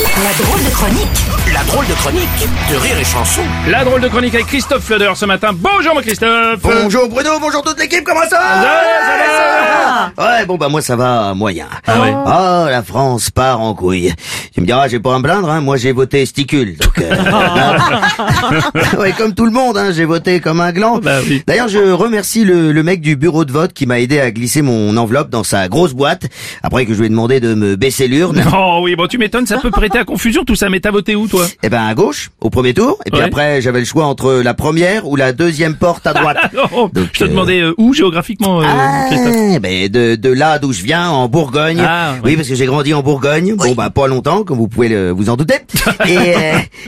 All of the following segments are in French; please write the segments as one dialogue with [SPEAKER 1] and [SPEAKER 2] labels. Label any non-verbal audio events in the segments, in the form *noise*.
[SPEAKER 1] La drôle de chronique
[SPEAKER 2] La drôle de chronique de Rire et Chanson.
[SPEAKER 3] La drôle de chronique avec Christophe Feder ce matin. Bonjour mon Christophe
[SPEAKER 4] Bonjour Bruno, bonjour toute l'équipe, comment ça
[SPEAKER 3] Ça
[SPEAKER 4] va
[SPEAKER 3] va, ça va
[SPEAKER 4] Ouais, bon bah moi ça va moyen.
[SPEAKER 3] Ah ouais.
[SPEAKER 4] Oh, la France part en couille. Tu me diras, j'ai pas à me plaindre, hein, moi j'ai voté sticule.
[SPEAKER 3] *laughs*
[SPEAKER 4] Donc, euh, *laughs* hein. ouais, comme tout le monde, hein, j'ai voté comme un gland.
[SPEAKER 3] Bah oui.
[SPEAKER 4] D'ailleurs, je remercie le, le mec du bureau de vote qui m'a aidé à glisser mon enveloppe dans sa grosse boîte, après que je lui ai demandé de me baisser l'urne.
[SPEAKER 3] Oh oui, bon tu m'étonnes, ça peut prêter à confusion tout ça, mais t'as voté où toi
[SPEAKER 4] Eh ben à gauche, au premier tour, et puis
[SPEAKER 3] Ouais.
[SPEAKER 4] après j'avais le choix entre la première ou la deuxième porte à
[SPEAKER 3] *laughs*
[SPEAKER 4] droite.
[SPEAKER 3] Oh,
[SPEAKER 4] Donc,
[SPEAKER 3] Je te
[SPEAKER 4] euh,
[SPEAKER 3] demandais euh, où géographiquement euh,
[SPEAKER 4] *laughs*
[SPEAKER 3] Christophe
[SPEAKER 4] Ah, ben de, de là d'où je viens, en Bourgogne.
[SPEAKER 3] Ah,
[SPEAKER 4] oui.
[SPEAKER 3] oui.
[SPEAKER 4] parce que j'ai grandi en Bourgogne. Bon, bah pas longtemps, comme vous pouvez le- vous
[SPEAKER 3] *laughs*
[SPEAKER 4] en douter. et, euh,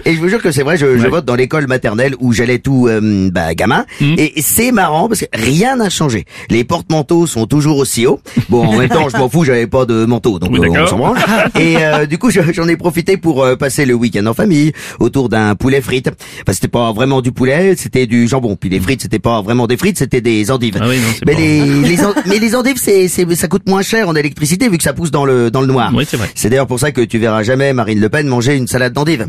[SPEAKER 4] et je vous jure que c'est vrai, je, je vote dans l'école maternelle où j'allais tout euh, bah, gamin.
[SPEAKER 3] Hmm.
[SPEAKER 4] Et c'est marrant parce que rien n'a changé. Les porte-manteaux sont toujours aussi hauts. Bon, en même temps, je m'en fous, j'avais pas de manteau, donc
[SPEAKER 3] Oui,
[SPEAKER 4] euh, on
[SPEAKER 3] d'accord.
[SPEAKER 4] s'en
[SPEAKER 3] *laughs*
[SPEAKER 4] branle. Et euh, du coup, je- j'en ai profité pour euh, passer le week-end en famille autour d'un poulet frites. Enfin, c'était pas vraiment du poulet, c'était du jambon. Puis les frites, c'était pas vraiment des frites, c'était des endives.
[SPEAKER 3] Ah oui, non, c'est
[SPEAKER 4] Mais
[SPEAKER 3] pas-
[SPEAKER 4] les, les en- mais les endives, c'est, c'est- ça coûte moins cher en électricité vu que ça pousse dans le, dans le noir.
[SPEAKER 3] Oui, c'est vrai.
[SPEAKER 4] C'est d'ailleurs pour ça que tu verras jamais Marine Le Pen manger une
[SPEAKER 3] *laughs*
[SPEAKER 4] salade d'endives.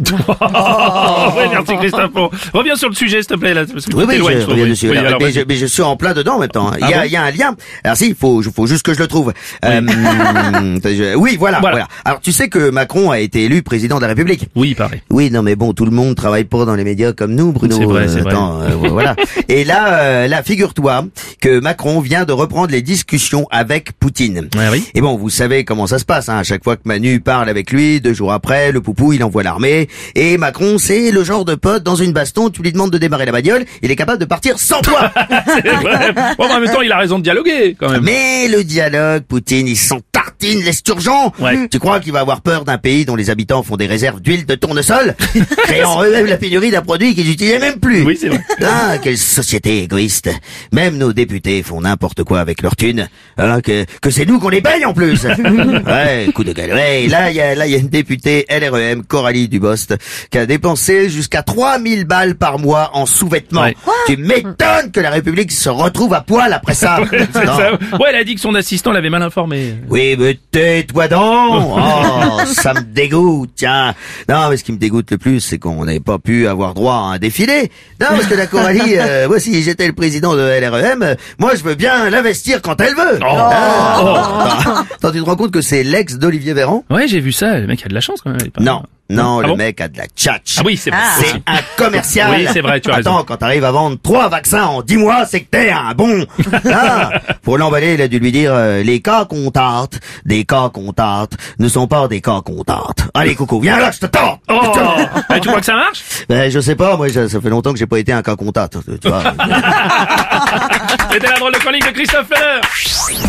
[SPEAKER 3] Oh, ouais, merci Christophe. Bon, reviens sur le sujet s'il te plaît là. parce que
[SPEAKER 4] Oui,
[SPEAKER 3] tu
[SPEAKER 4] oui, je
[SPEAKER 3] t'éloignes, trouve,
[SPEAKER 4] reviens
[SPEAKER 3] oui.
[SPEAKER 4] dessus.
[SPEAKER 3] Oui,
[SPEAKER 4] Alors,
[SPEAKER 3] alors,
[SPEAKER 4] mais,
[SPEAKER 3] vas-y.
[SPEAKER 4] je, mais je suis en plein dedans en même temps. hein. Il y,
[SPEAKER 3] Ah
[SPEAKER 4] a,
[SPEAKER 3] bon
[SPEAKER 4] il y a un lien. Alors si, il faut, je- faut juste que je le trouve. Euh, *laughs* je- oui, voilà,
[SPEAKER 3] Voilà.
[SPEAKER 4] voilà. Alors tu sais que Macron a été élu président de la République.
[SPEAKER 3] Oui, pareil.
[SPEAKER 4] Oui, non, mais bon, tout le monde travaille pas dans les médias comme nous, Bruno.
[SPEAKER 3] C'est vrai,
[SPEAKER 4] Euh,
[SPEAKER 3] c'est vrai.
[SPEAKER 4] attends, euh,
[SPEAKER 3] *laughs*
[SPEAKER 4] voilà. Et là, euh, là, figure-toi que Macron vient de reprendre les discussions avec Poutine.
[SPEAKER 3] Ouais,
[SPEAKER 4] *laughs*
[SPEAKER 3] oui.
[SPEAKER 4] Et Eh bon, vous savez comment ça se passe. Hein. À chaque fois que Manu parle avec lui, deux jours après, le poupou, il envoie l'armée. Et Macron, c'est le genre de pote dans une baston. Tu lui demandes de démarrer la bagnole, il est capable de partir sans toi.
[SPEAKER 3] C'est vrai. Bon, mais en même temps, il a raison de dialoguer quand même.
[SPEAKER 4] Mais le dialogue, Poutine, ils sont tartines, l'esturgeon
[SPEAKER 3] Ouais.
[SPEAKER 4] Tu crois qu'il va avoir peur d'un pays dont les habitants font des réserves d'huile
[SPEAKER 3] *laughs*
[SPEAKER 4] de tournesol, créant eux-mêmes la pénurie d'un produit qu'ils n'utilisaient même plus
[SPEAKER 3] Oui, c'est vrai.
[SPEAKER 4] Ah, quelle société égoïste Même nos députés font n'importe quoi avec leur thune, alors que, que c'est nous qu'on les paye en
[SPEAKER 3] *laughs*
[SPEAKER 4] plus Ouais, coup de gueule. Ouais, là, il y a, là, il y a une députée LREM, Coralie Dubost, qui a dépensé jusqu'à 3000 balles par mois en sous-vêtements.
[SPEAKER 3] Ouais.
[SPEAKER 4] Tu m'étonnes que la République se retrouve à poil après ça
[SPEAKER 3] C'est
[SPEAKER 4] Non.
[SPEAKER 3] ça. *laughs* Ouais, elle a dit que son assistant l'avait mal informé.
[SPEAKER 4] Oui, mais
[SPEAKER 3] *laughs*
[SPEAKER 4] tais-toi donc Oh, ça me dégoûte, tiens Non, mais ce qui me dégoûte le plus, c'est qu'on n'ait pas pu avoir droit à un défilé Non, parce que la Coralie,
[SPEAKER 3] *laughs*
[SPEAKER 4] euh, moi, si j'étais le président de LREM, euh, moi, je veux bien l'investir quand elle veut
[SPEAKER 3] Oh.
[SPEAKER 4] Ah, attends, attends, tu te rends compte que c'est l'ex d'Olivier Véran
[SPEAKER 3] Ouais, j'ai vu ça. Le mec a de la chance quand même. il est pas-
[SPEAKER 4] Non, non,
[SPEAKER 3] Ah
[SPEAKER 4] le
[SPEAKER 3] bon
[SPEAKER 4] mec a de la tchatch
[SPEAKER 3] Ah oui, c'est vrai.
[SPEAKER 4] c'est un commercial.
[SPEAKER 3] Oui, c'est vrai, tu as
[SPEAKER 4] Attends,
[SPEAKER 3] raison.
[SPEAKER 4] quand t'arrives à vendre trois vaccins en dix mois, c'est que t'es un
[SPEAKER 3] *laughs*
[SPEAKER 4] bon. Ah, pour l'emballer, il a dû lui dire euh, les cas qu'on tarte, des cas qu'on tarte, ne sont pas des cas qu'on tarte. Allez, coucou, viens là, je te tente.
[SPEAKER 3] Oh Eh, Tu crois que ça marche
[SPEAKER 4] Ben, je sais pas, moi, je- ça fait longtemps que j'ai pas été
[SPEAKER 3] *laughs*
[SPEAKER 4] un cas qu'on tarte. Tu vois.
[SPEAKER 3] C'était la drôle de chronique de Christophe Feder.